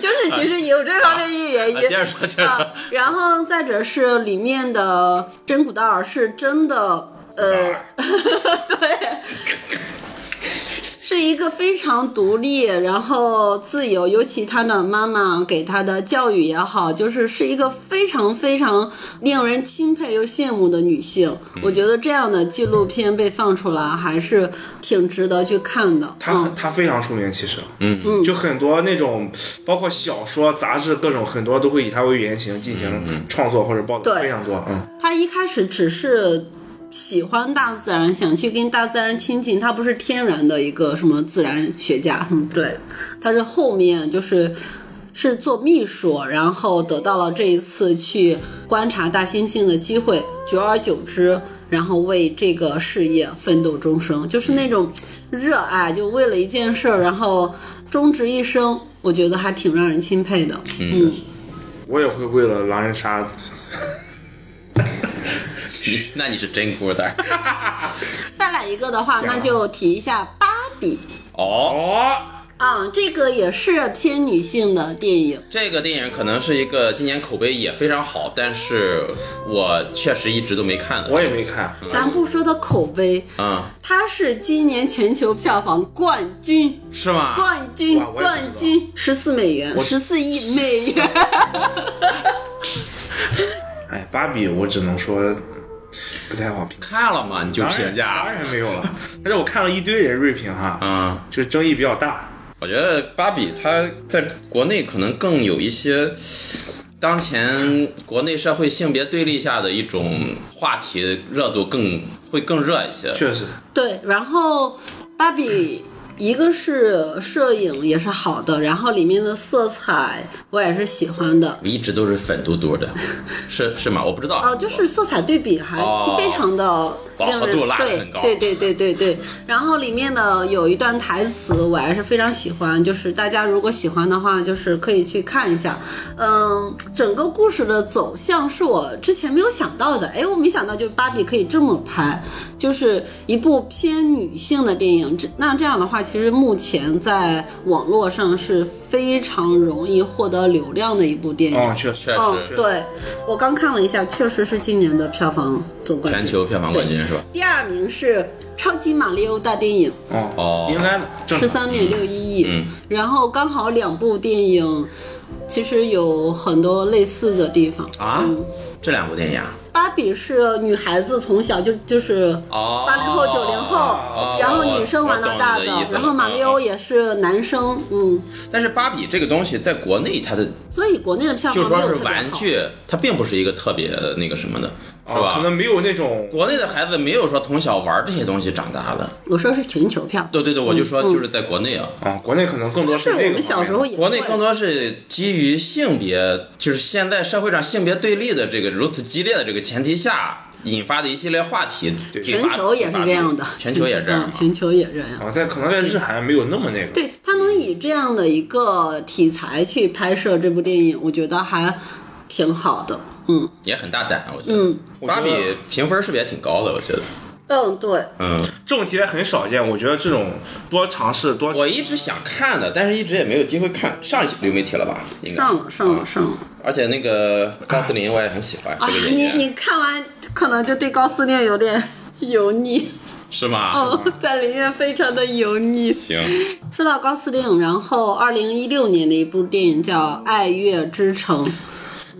B: 就是其实有这方面一原因。
A: 啊接着说接着说
B: 哎啊然后再者是里面的真古道尔是真的，呃， 对。是一个非常独立，然后自由，尤其他的妈妈给他的教育也好，就是是一个非常非常令人钦佩又羡慕的女性。
A: 嗯
B: 我觉得这样的纪录片被放出来还是挺值得去看的。
D: 他
B: 嗯，
D: 他非常出名，其实，嗯嗯，就很多那种，包括小说、杂志各种，很多都会以他为原型进行创作或者报道，
B: 对
D: 非常多，嗯，
B: 他一开始只是喜欢大自然，想去跟大自然亲近，他不是天然的一个什么自然学家什么之类的，他是后面就是。是做秘书，然后得到了这一次去观察大猩猩的机会，久而久之，然后为这个事业奋斗终生，就是那种热爱，就为了一件事儿，然后终执一生，我觉得还挺让人钦佩的。嗯，
D: 我也会为了狼人杀，
A: 你 那你是真孤单
B: 再来一个的话，那就提一下芭比。
A: 哦。
D: 哦，
B: 啊，这个也是偏女性的电影，
A: 这个电影可能是一个今年口碑也非常好，但是我确实一直都没看的。
D: 我也没看，
B: 咱不说它口碑，
D: 嗯
A: 啊、
B: 它是今年全球票房冠军，
A: 是吗？
B: 冠军，
D: 啊哇我也不知道
B: 冠军，十四美元，十四亿美元。
D: 哎，芭比我只能说不太好评，
A: 看了吗？你就啊评
D: 当然
A: 价。
D: 当然没有了，但是我看了一堆人锐评哈，
A: 嗯，
D: 就争议比较大，
A: 我觉得芭比它在国内可能更有一些当前国内社会性别对立下的一种话题热度更会更热一些。
D: 确实，
B: 对，然后芭比。一个是摄影也是好的，然后里面的色彩我也是喜欢的，
A: 我一直都是粉嘟嘟的， 是是吗？我不知道。
B: 哦，就是色彩对比还
A: 哦
B: 非常的
A: 饱
B: 令
A: 和
B: 人
A: 度拉得
B: 对
A: 很高
B: 对对对对对。然后里面的有一段台词我还是非常喜欢，就是大家如果喜欢的话，就是可以去看一下。嗯，整个故事的走向是我之前没有想到的，哎，我没想到就是芭比可以这么拍，就是一部偏女性的电影。这那这样的话，其实目前在网络上是非常容易获得流量的一部电影。
D: 哦，确实，
A: 确
B: 嗯，
A: 实，
B: 对，我刚看了一下，确实是今年的票房总冠军。
A: 全球票房冠军是吧？
B: 第二名是《超级马里奥大电影
D: 哦，
A: 哦，
D: 应该的，》，正
B: 十
D: 常
B: 三点六一亿。
A: 嗯
B: 然后刚好两部电影其实有很多类似的地方。
A: 啊，这两部电影啊
B: 芭比是女孩子从小就就是
A: 哦
B: 八零后九零后
A: 哦，
B: 然后女生玩到大
A: 我懂你的意思了啊
B: 然后马里奥也是男生，嗯，
A: 但是芭比这个东西在国内它的
B: 所以国内的票
A: 就
B: 房
A: 说
B: 没
A: 是
B: 有特别
A: 玩
B: 好。
A: 具，它并不是一个特别呃那个什么的，是吧？
D: 啊，可能没有那种
A: 国内的孩子没有说从小玩这些东西长大的。
B: 我说是全球票，
A: 对对对，我就说就是在国内啊，
D: 啊，国内可能更多
B: 是我
D: 那个
B: 们小时嗯候也
A: 国内
B: 会
A: 更多是基于性别，就是现在社会上性别对立的这个如此激烈的这个前提下引发的一系列话题。引
B: 全
A: 发
B: 球也是这样的，
A: 全球也是这样
B: 嗯
A: 吗。
B: 全球也这样。
D: 啊，在可能在日韩没有那么那个。
B: 对他能以这样的一个题材去拍摄这部电影，我觉得还挺好的。嗯
A: 也很大胆，我觉得。
B: 嗯
A: 芭
D: 我觉
A: 比
D: 得
A: 评分是不是也挺高的？我觉得，
B: 嗯，对，
A: 嗯，
D: 这种题材很少见，我觉得这种多尝试多
A: 我一直想看的，但是一直也没有机会看。上一期流媒体了吧？应该
B: 上了上了
A: 啊
B: 上了。
A: 而且那 个高司令我也很喜欢、
B: 啊，
A: 这个演
B: 你
A: 员，
B: 你看完可能就对高司令有点油腻，
A: 是吗？
B: 嗯， 在里面非常的油腻。
A: 行，
B: 说到高司令，然后二零一六年的一部电影叫《爱乐之城》，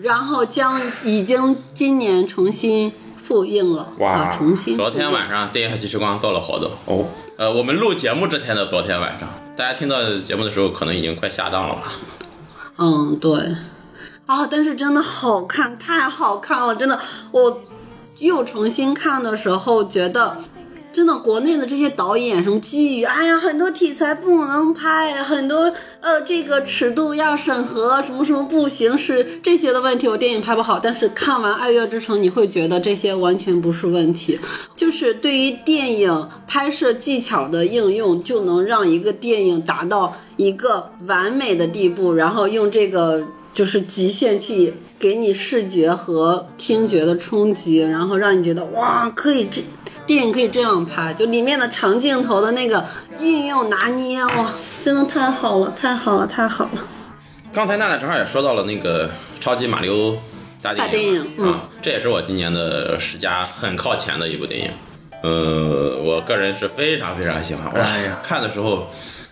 B: 然后将已经今年重新复映了，
D: 哇
B: 啊，重新
A: 昨天晚
B: 上。
A: 上电影海及时光做了活动，
D: 哦，
A: 呃，我们录节目之前的昨天晚上，大家听到节目的时候可能已经快下档了吧？
B: 嗯，对。啊、但是真的好看，太好看了！真的，我又重新看的时候，觉得真的国内的这些导演，什么基于，哎呀，很多题材不能拍，很多呃这个尺度要审核，什么什么不行，是这些的问题，我电影拍不好。但是看完《爱乐之城》，你会觉得这些完全不是问题，就是对于电影拍摄技巧的应用，就能让一个电影达到一个完美的地步，然后用这个就是极限去给你视觉和听觉的冲击，然后让你觉得哇，可以这电影可以这样拍，就里面的长镜头的那个运用拿捏，哇，真的太好了，太好了，太好了。
A: 刚才娜娜正好也说到了那个超级马里奥大电影嘛，
B: 大电影嗯
A: 啊，这也是我今年的十佳很靠前的一部电影。呃，我个人是非常非常喜欢。哇
D: 哎呀
A: 看的时候，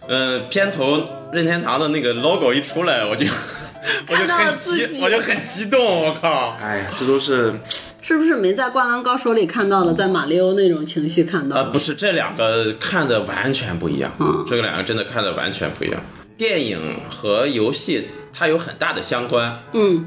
A: 呃，片头任天堂的那个 logo 一出来，我就 我就
B: 看到了
A: 很
B: 自
A: 激，
B: 己
A: 我就很激动，我靠！
D: 哎呀，这都是
B: 是不是没在《灌篮高手》里看到的，在马里奥那种情绪看到
A: 呃，
B: 的？
A: 不是，这两个看的完全不一样。
B: 嗯
A: 这个两个真的看的完全不一样。电影和游戏它有很大的相关，
B: 嗯，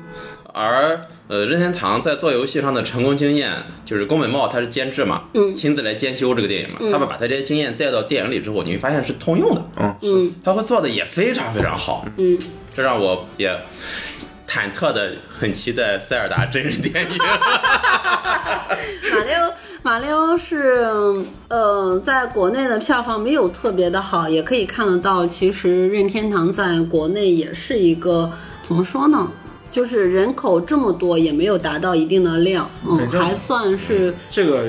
A: 而呃，任天堂在做游戏上的成功经验，就是宫本茂他是监制嘛，
B: 嗯
A: 亲自来监修这个电影嘛，他们把他这些经验带到电影里之后，你会发现是通用的，
D: 嗯
B: 嗯
A: 他会做的也非常非常好，
B: 嗯，
A: 这让我也忐忑的很期待塞尔达真人电 影。
B: 马里奥，马里奥是呃，在国内的票房没有特别的好，也可以看得到，其实任天堂在国内也是一个怎么说呢？就是人口这么多，也没有达到一定的量，嗯，
D: 反正
B: 还算是
D: 这个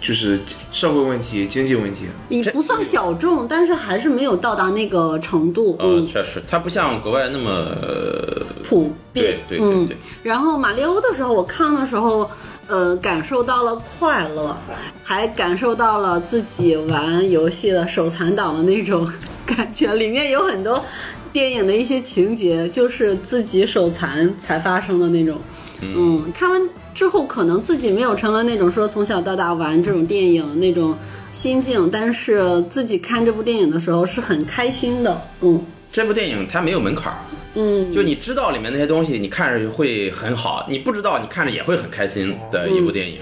D: 就是社会问题、经济问题。
B: 也不算小众，但是还是没有到达那个程度，
A: 嗯，
B: 嗯，
A: 确实，它不像国外那么呃
B: 普遍
A: 对，对对
B: 嗯
A: 对，。
B: 然后马里奥的时候，我看的时候，呃，感受到了快乐，还感受到了自己玩游戏的手残党的那种感觉。里面有很多电影的一些情节，就是自己手残才发生的那种。嗯，看完之后可能自己没有成了那种说从小到大玩这种电影那种心境，但是自己看这部电影的时候是很开心的。嗯
A: 这部电影它没有门槛儿，
B: 嗯，
A: 就你知道里面那些东西，你看着会很好；你不知道，你看着也会很开心的一部电影。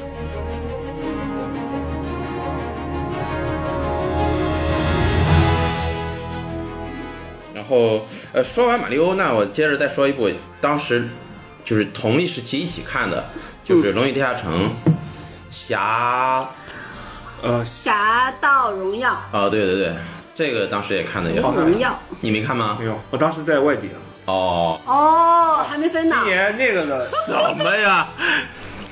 A: 然后，呃，说完马里奥，那我接着再说一部当时就是同一时期一起看的，就是《龙与地下城》侠
D: 呃，
B: 《侠盗荣耀》
A: 啊，对对对，这个当时也看的也好，
B: 荣耀。
A: 你没看吗
D: 没？有，我当时在外地，啊
A: 哦，
B: 哦，还没分呢
D: 今。年那个的，
A: 什么呀？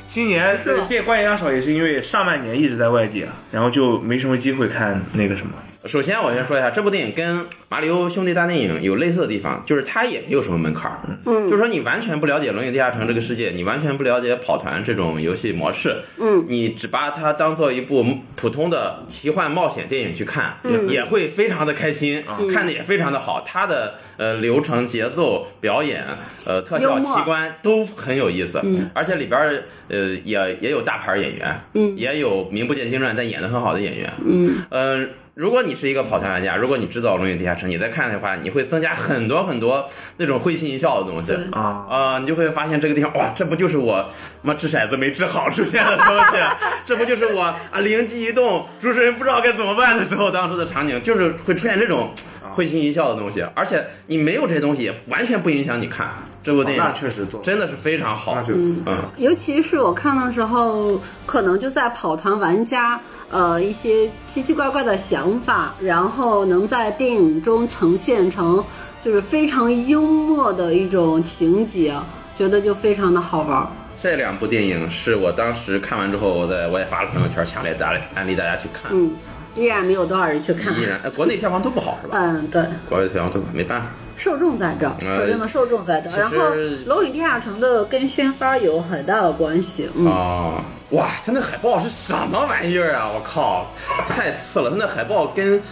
D: 今年
B: 是吧
D: 啊电观影量少，也是因为上半年一直在外地，然后就没什么机会看那个什么。
A: 首先我先说一下，这部电影跟《马里奥兄弟大电影》有类似的地方，就是它也没有什么门槛儿，嗯，就是说你完全不了解《龙与地下城》这个世界，你完全不了解跑团这种游戏模式，嗯，你只把它当做一部普通的奇幻冒险电影去看，也会非常的开心，看的也非常的好，它的呃流程、节奏、表演、呃特效、
B: 幽默
A: 奇观都很有意思，而且里边儿呃也也有大牌演员，嗯，也有名不见经传但演的很好的演员，嗯，呃。如果你是一个跑团玩家，如果你知道《龙与地下城》，你再看的话，你会增加很多很多那种会心一笑的东西
B: 对
A: 啊、呃你就会发现这个地方，哇，这不就是我妈掷骰子没掷好出现的东西， 这不就是我啊灵机一动，主持人不知道该怎么办的时候当时的场景，就是会出现这种
D: 啊
A: 会心一笑的东西，啊而且你没有这些东西，也完全不影响你看这部电影，
D: 啊那确实做，
A: 真的是非常好
D: 那，确实做。
A: 嗯，
B: 尤其是我看的时候，可能就在跑团玩家呃一些奇奇怪怪的想法，然后能在电影中呈现成就是非常幽默的一种情节，觉得就非常的好玩儿。
A: 这两部电影是我当时看完之后，我在我也发了朋友圈，强烈大安利大家去看。
B: 嗯，依然没有多少人去看
A: 依。然，呃国内票房都不好是吧？
B: 嗯，对，
A: 国内票房都不好，没办法。
B: 受众在这儿，
A: 呃
B: 说真的，受众在这
A: 其
B: 儿。
A: 实
B: 然后《龙与地下城》的跟宣发有很大的关系。嗯，
A: 哦，哇，他那海报是什么玩意儿啊？我靠，太次了！他那海报跟《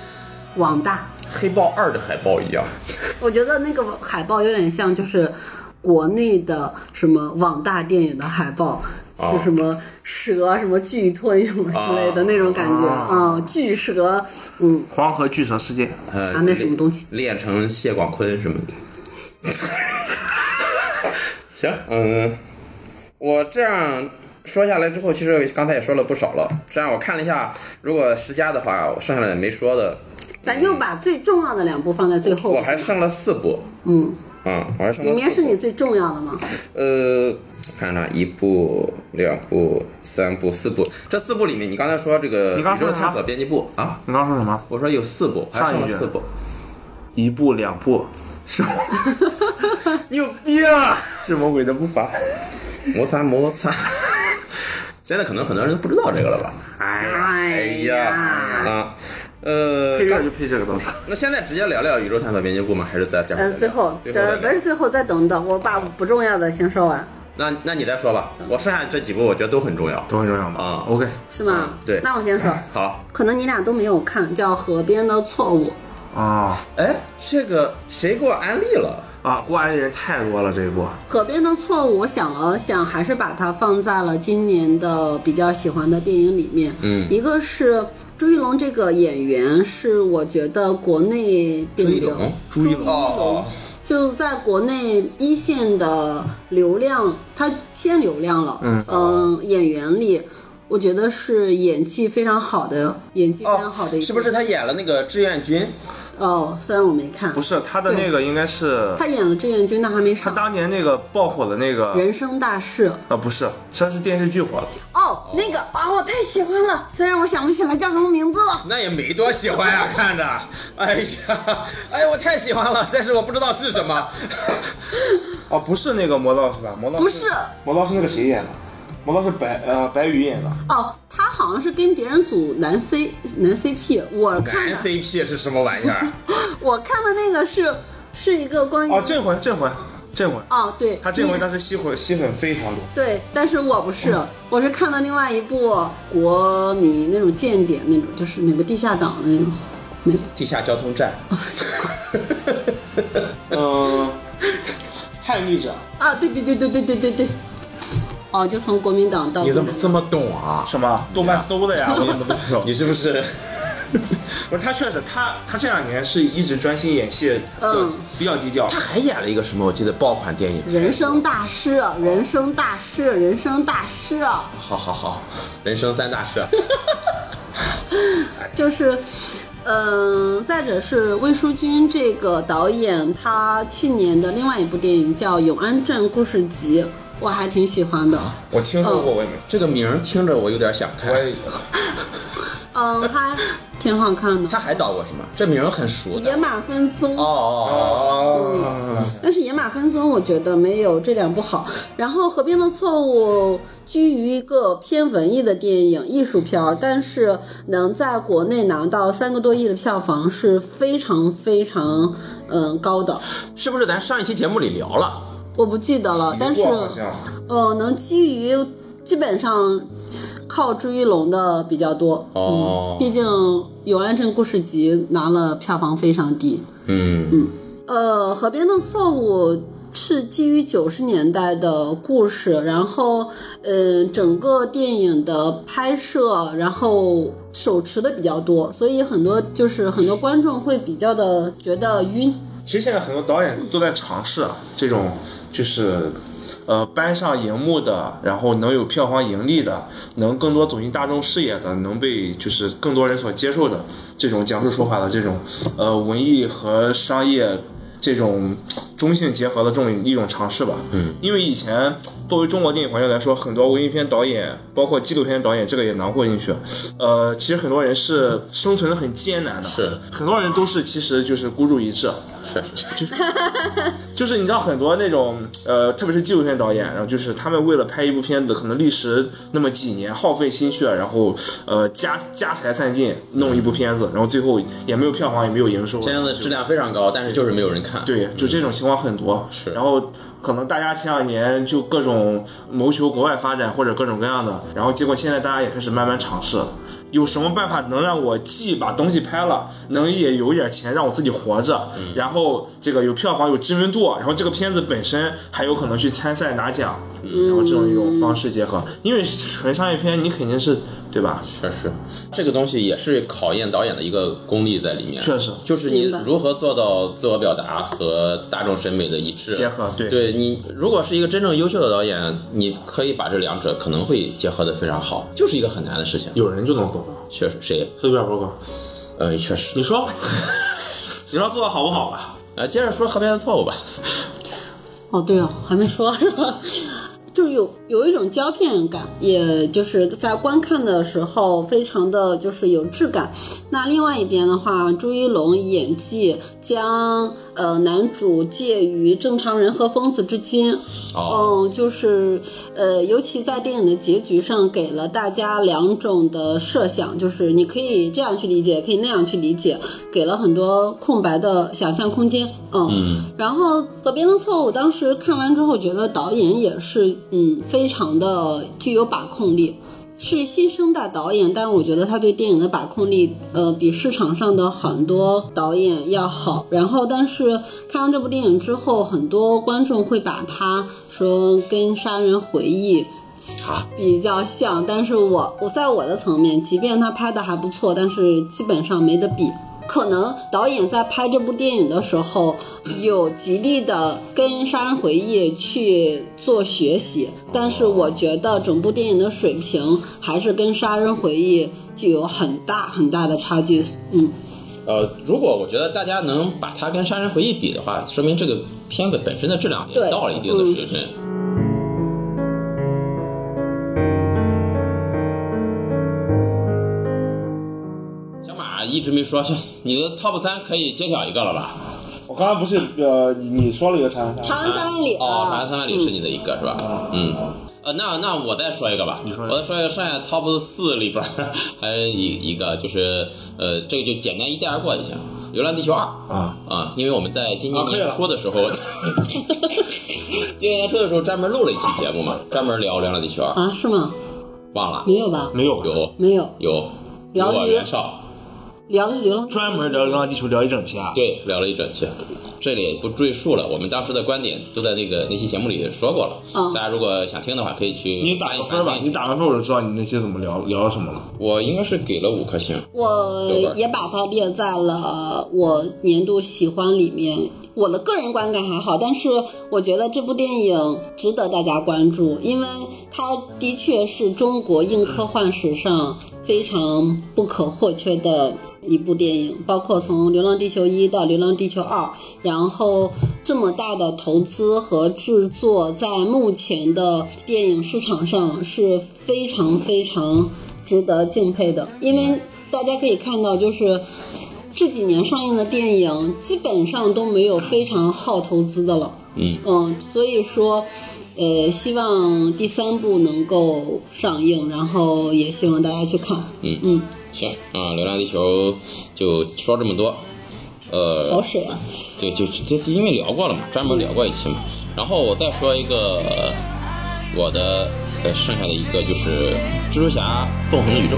B: 网大，
A: 黑豹二》的海报一样。
B: 我觉得那个海报有点像就是国内的什么网大电影的海报。
A: 哦
B: 就什么蛇、啊什么巨吞、什么之类的那种感觉啊，巨蛇，嗯，
C: 黄河巨蛇事件，
A: 呃
B: 啊那什么东西？
A: 练成谢广坤什么的。 行，嗯，我这样说下来之后，其实刚才也说了不少了。这样我看了一下，如果十佳的话，我剩下的没说的，
B: 咱就把最重要的两部放在最后。
A: 我还剩了四部。
B: 嗯，
A: 嗯，我还剩了
B: 里面
A: 四
B: 是
A: 部
B: 你最重要的吗？
A: 呃，看看一部、两部、三部、四部，这四部里面，你刚才说这个
C: 你
A: 《
C: 刚
A: 宇宙
C: 说什么
A: 探索编辑部》啊，
C: 你刚刚说什么？
A: 我说有四部，还
C: 上
A: 剩
C: 一
A: 了
C: 句
A: 四部，
C: 一步两步是吗
A: 你有病啊！
C: 是魔鬼的步伐。
A: 摩擦摩擦。 现在可能很多人都不知道这个了吧？哎呀，哎呀，
B: 哎
A: 啊，呃
C: 配，乐
A: 刚
C: 就配这个到时候。
A: 那现在直接聊聊宇宙探索编辑部吗？还是在待会儿
B: 呃，
A: 再
B: 最
A: 聊
B: 后，
A: 最后再
B: 呃，不
A: 聊
B: 是最后，再等等，我把不重要的先说完，
A: 那那你再说吧，我剩下这几部我觉得都很重要。
C: 都很重要吗？
A: 啊
C: ，OK，
B: 是吗？
A: 对
B: 那我先说，
A: 好，
B: 可能你俩都没有看，叫《河边的错误》。
C: 啊
A: 哎，这个谁给我安利了？
C: 啊，过安利人太多了这一部，
B: 河边的错误，我想了想，还是把它放在了今年的比较喜欢的电影里面。
A: 嗯
B: 一个是朱一龙这个演员，是我觉得国内顶
A: 朱一
B: 流
A: 龙，
B: 朱一
A: 哦
B: 龙就在国内一线的流量，他偏流量了。嗯，呃，演员里，我觉得是演技非常好的，演技非常好的一个。
A: 哦是不是？他演了那个志愿军？
B: 哦，虽然我没看
C: 不，是他的那个应该是
B: 他演了志愿军，但还没
C: 他
B: 上。
C: 当年那个爆火的那个
B: 人生大事。
C: 啊，不是，算是电视剧火了。
B: 哦，那个啊、我太喜欢了，虽然我想不起来叫什么名字
C: 哦
B: 了。
A: 那也没多喜欢 呀、看着，哎呀，哎，我太喜欢了，但是我不知道是什 么。
C: 哦，不是那个魔道是吧？魔道
B: 不是
C: 魔道是那个谁演的？魔道是白呃白宇演的。
B: 哦，他好像是跟别人组男 C 男 CP，我
A: 男
B: 看的
A: CP 是什么玩意儿？
B: 我看的那个是是一个关于
C: 哦，镇魂，镇魂，镇魂。
B: 哦对，
C: 他哦镇
B: 你
C: 魂当时吸粉吸粉非常多。
B: 对，但是我不是，我是看的另外一部国民那种间谍那种，就是那个地下党的那种，那种
A: 地下交通站。
C: 嗯，叛逆者
B: 啊，对对对对对对对对，哦，就从国民党到
A: 你怎么这么懂啊？
C: 什么？豆瓣搜的呀，我怎么都不 知道。
A: 你是不是？
C: 不是他确实，他他这两年是一直专心演戏，
B: 嗯，
C: 比较低调。
A: 他还演了一个什么？我记得爆款电影。
B: 人生大事，人生大事，人生大事。
A: 好好好，人生三大事。
B: 就是，嗯、再者是魏淑君这个导演，他去年的另外一部电影叫《永安镇故事集》，我还挺喜欢的。
A: 啊
C: 我听说过，我也没。
A: 这个名儿听着我有点想看
C: 我。也
B: 嗯， 还挺好看的，
A: 他还导过什么？这名儿很熟
B: 《
A: 的。嗯
B: 野马分鬃》
A: 哦哦
B: 但是《野马分鬃》我觉得没有这两部好。然后《河边的错误》居于一个偏文艺的电影艺术片儿，但是能在国内拿到三个多亿的票房是非常非常嗯高的。
A: 是不是咱上一期节目里聊了？
B: 我不记得了，但是
C: 过好像
B: 呃，能基于基本上靠朱一龙的比较多。
A: 哦
B: 嗯，毕竟《永安镇故事集》拿了票房非常低。
A: 嗯嗯
B: 呃，《河边的错误》是基于九十年代的故事，然后，嗯，整个电影的拍摄，然后手持的比较多，所以很多就是很多观众会比较的觉得晕。
C: 其实现在很多导演都在尝试啊，这种就是，呃，搬上荧幕的，然后能有票房盈利的，能更多走进大众视野的，能被就是更多人所接受的这种讲述手法的这种，呃，文艺和商业。这种中性结合的这种一种尝试吧，嗯，因为以前作为中国电影行业来说，很多文艺片导演，包括纪录片导演，这个也囊括进去。呃，其实很多人是生存的很艰难的，
A: 是
C: 很多人都是其实就是孤注一掷，啊
A: 是是
C: 就是你知道很多那种呃，特别是纪录片导演，然后就是他们为了拍一部片子，可能历时那么几年，耗费心血，然后呃家家财散尽弄一部片子，然后最后也没有票房，也没有营收。
A: 片子质量非常高，但是就是没有人看。
C: 对，就这种情况很多。
A: 是
C: 然后可能大家前两年就各种呃谋求国外发展或者各种各样的，然后结果现在大家也开始慢慢尝试了。有什么办法能让我既把东西拍了，能也有一点钱让我自己活着，
D: 嗯
C: 然后这个有票房有知名度，啊然后这个片子本身还有可能去参赛拿奖，然后这种一种方式结合，因为纯商业片你肯定是对吧？
A: 确实，这个东西也是考验导演的一个功力在里面。
C: 确实
A: 就是你
B: 明白
A: 如何做到自我表达和大众审美的一致
C: 结合对
A: 对你，如果是一个真正优秀的导演，你可以把这两者可能会结合的非常好，就是一个很难的事情。
C: 有人就能做啊到，
A: 确实，谁？
C: 斯皮尔伯格，
A: 呃，确实。
C: 你 说吧，你说做的好不好吧？
A: 呃，接着说河边的错误吧。
B: 哦，对哦，还没说是吧？就是有有一种胶片感，也就是在观看的时候非常的就是有质感。那另外一边的话，朱一龙演技将呃男主介于正常人和疯子之间，
A: 哦
B: 嗯，就是呃，尤其在电影的结局上，给了大家两种的设想，就是你可以这样去理解，可以那样去理解，给了很多空白的想象空间。嗯，然后《河边的错误》当时看完之后，觉得导演也是嗯，非常的具有把控力。是新生代导演，但是我觉得他对电影的把控力，呃，比市场上的很多导演要好。然后，但是看完这部电影之后，很多观众会把它说跟《杀人回忆》
A: 啊，
B: 比较像，但是我我在我的层面，即便他拍的还不错，但是基本上没得比。可能导演在拍这部电影的时候，有极力的跟《杀人回忆》去做学习，但是我觉得整部电影的水平还是跟《杀人回忆》具有很大很大的差距。嗯，
A: 呃，如果我觉得大家能把它跟《杀人回忆》比的话，说明这个片子本身的质量也
B: 对
A: 到了一定的水平。小马一直没说，你的 top 三可以揭晓一个了吧？
D: 我刚刚不是呃，你说了一个长安
B: 《
D: 杀
B: 长安三万里》
A: 哦，好像
B: 啊，
A: 三万里是你的一个、是吧？嗯。呃，那那我再说一个吧，
C: 说一个
A: 我再说一个剩下 top 四里边儿还有一一个就是呃，这个就简单一带而过就行，《流浪地球二》
C: 啊
A: 啊，因为我们在今年
D: 啊可以了
A: 年初的时候， 今年年初的时候专门录了一期节目嘛，专门聊《流浪地球二》，
B: 啊，是吗？
A: 忘了
B: 没有吧？
D: 没有
A: 有
B: 没有，
A: 有有
B: 聊
A: 我
B: 鱼
A: 袁绍，
B: 聊的是流浪地球
D: 专门聊《流浪地球》聊一整期啊？
A: 对，聊了一整期，这里也不赘述了，我们当时的观点都在那个那期节目里说过了，
B: 嗯
A: 大家如果想听的话可以去
D: 你
A: 翻
D: 打
A: 一
D: 个
A: 翻
D: 分吧
A: 那，一
D: 你打个分我就知道你那期怎么聊聊了什么了。
A: 我应该是给了五颗星。
B: 我也把它列在了我年度喜欢里面。我的个人观感还好，但是我觉得这部电影值得大家关注，因为它的确是中国硬科幻史上非常不可或缺的一部电影。包括从《流浪地球一》到《流浪地球二》，然后这么大的投资和制作，在目前的电影市场上是非常非常值得敬佩的，因为大家可以看到，就是这几年上映的电影基本上都没有非常耗投资的了。
A: 嗯
B: 嗯，所以说，呃，希望第三部能够上映，然后也希望大家去看。
A: 嗯
B: 嗯，
A: 行啊，《流浪地球》就说这么多。呃，
B: 好水啊！
A: 对，就这这因为聊过了嘛，专门聊过一期嘛。然后我再说一个呃我的呃剩下的一个就是《蜘蛛侠：纵横宇宙》。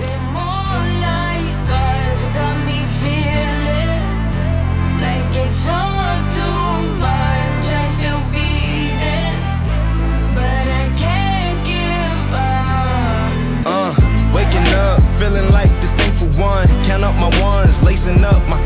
E: Uh, waking up, feeling like the thing for one. Count up my ones, lacing up my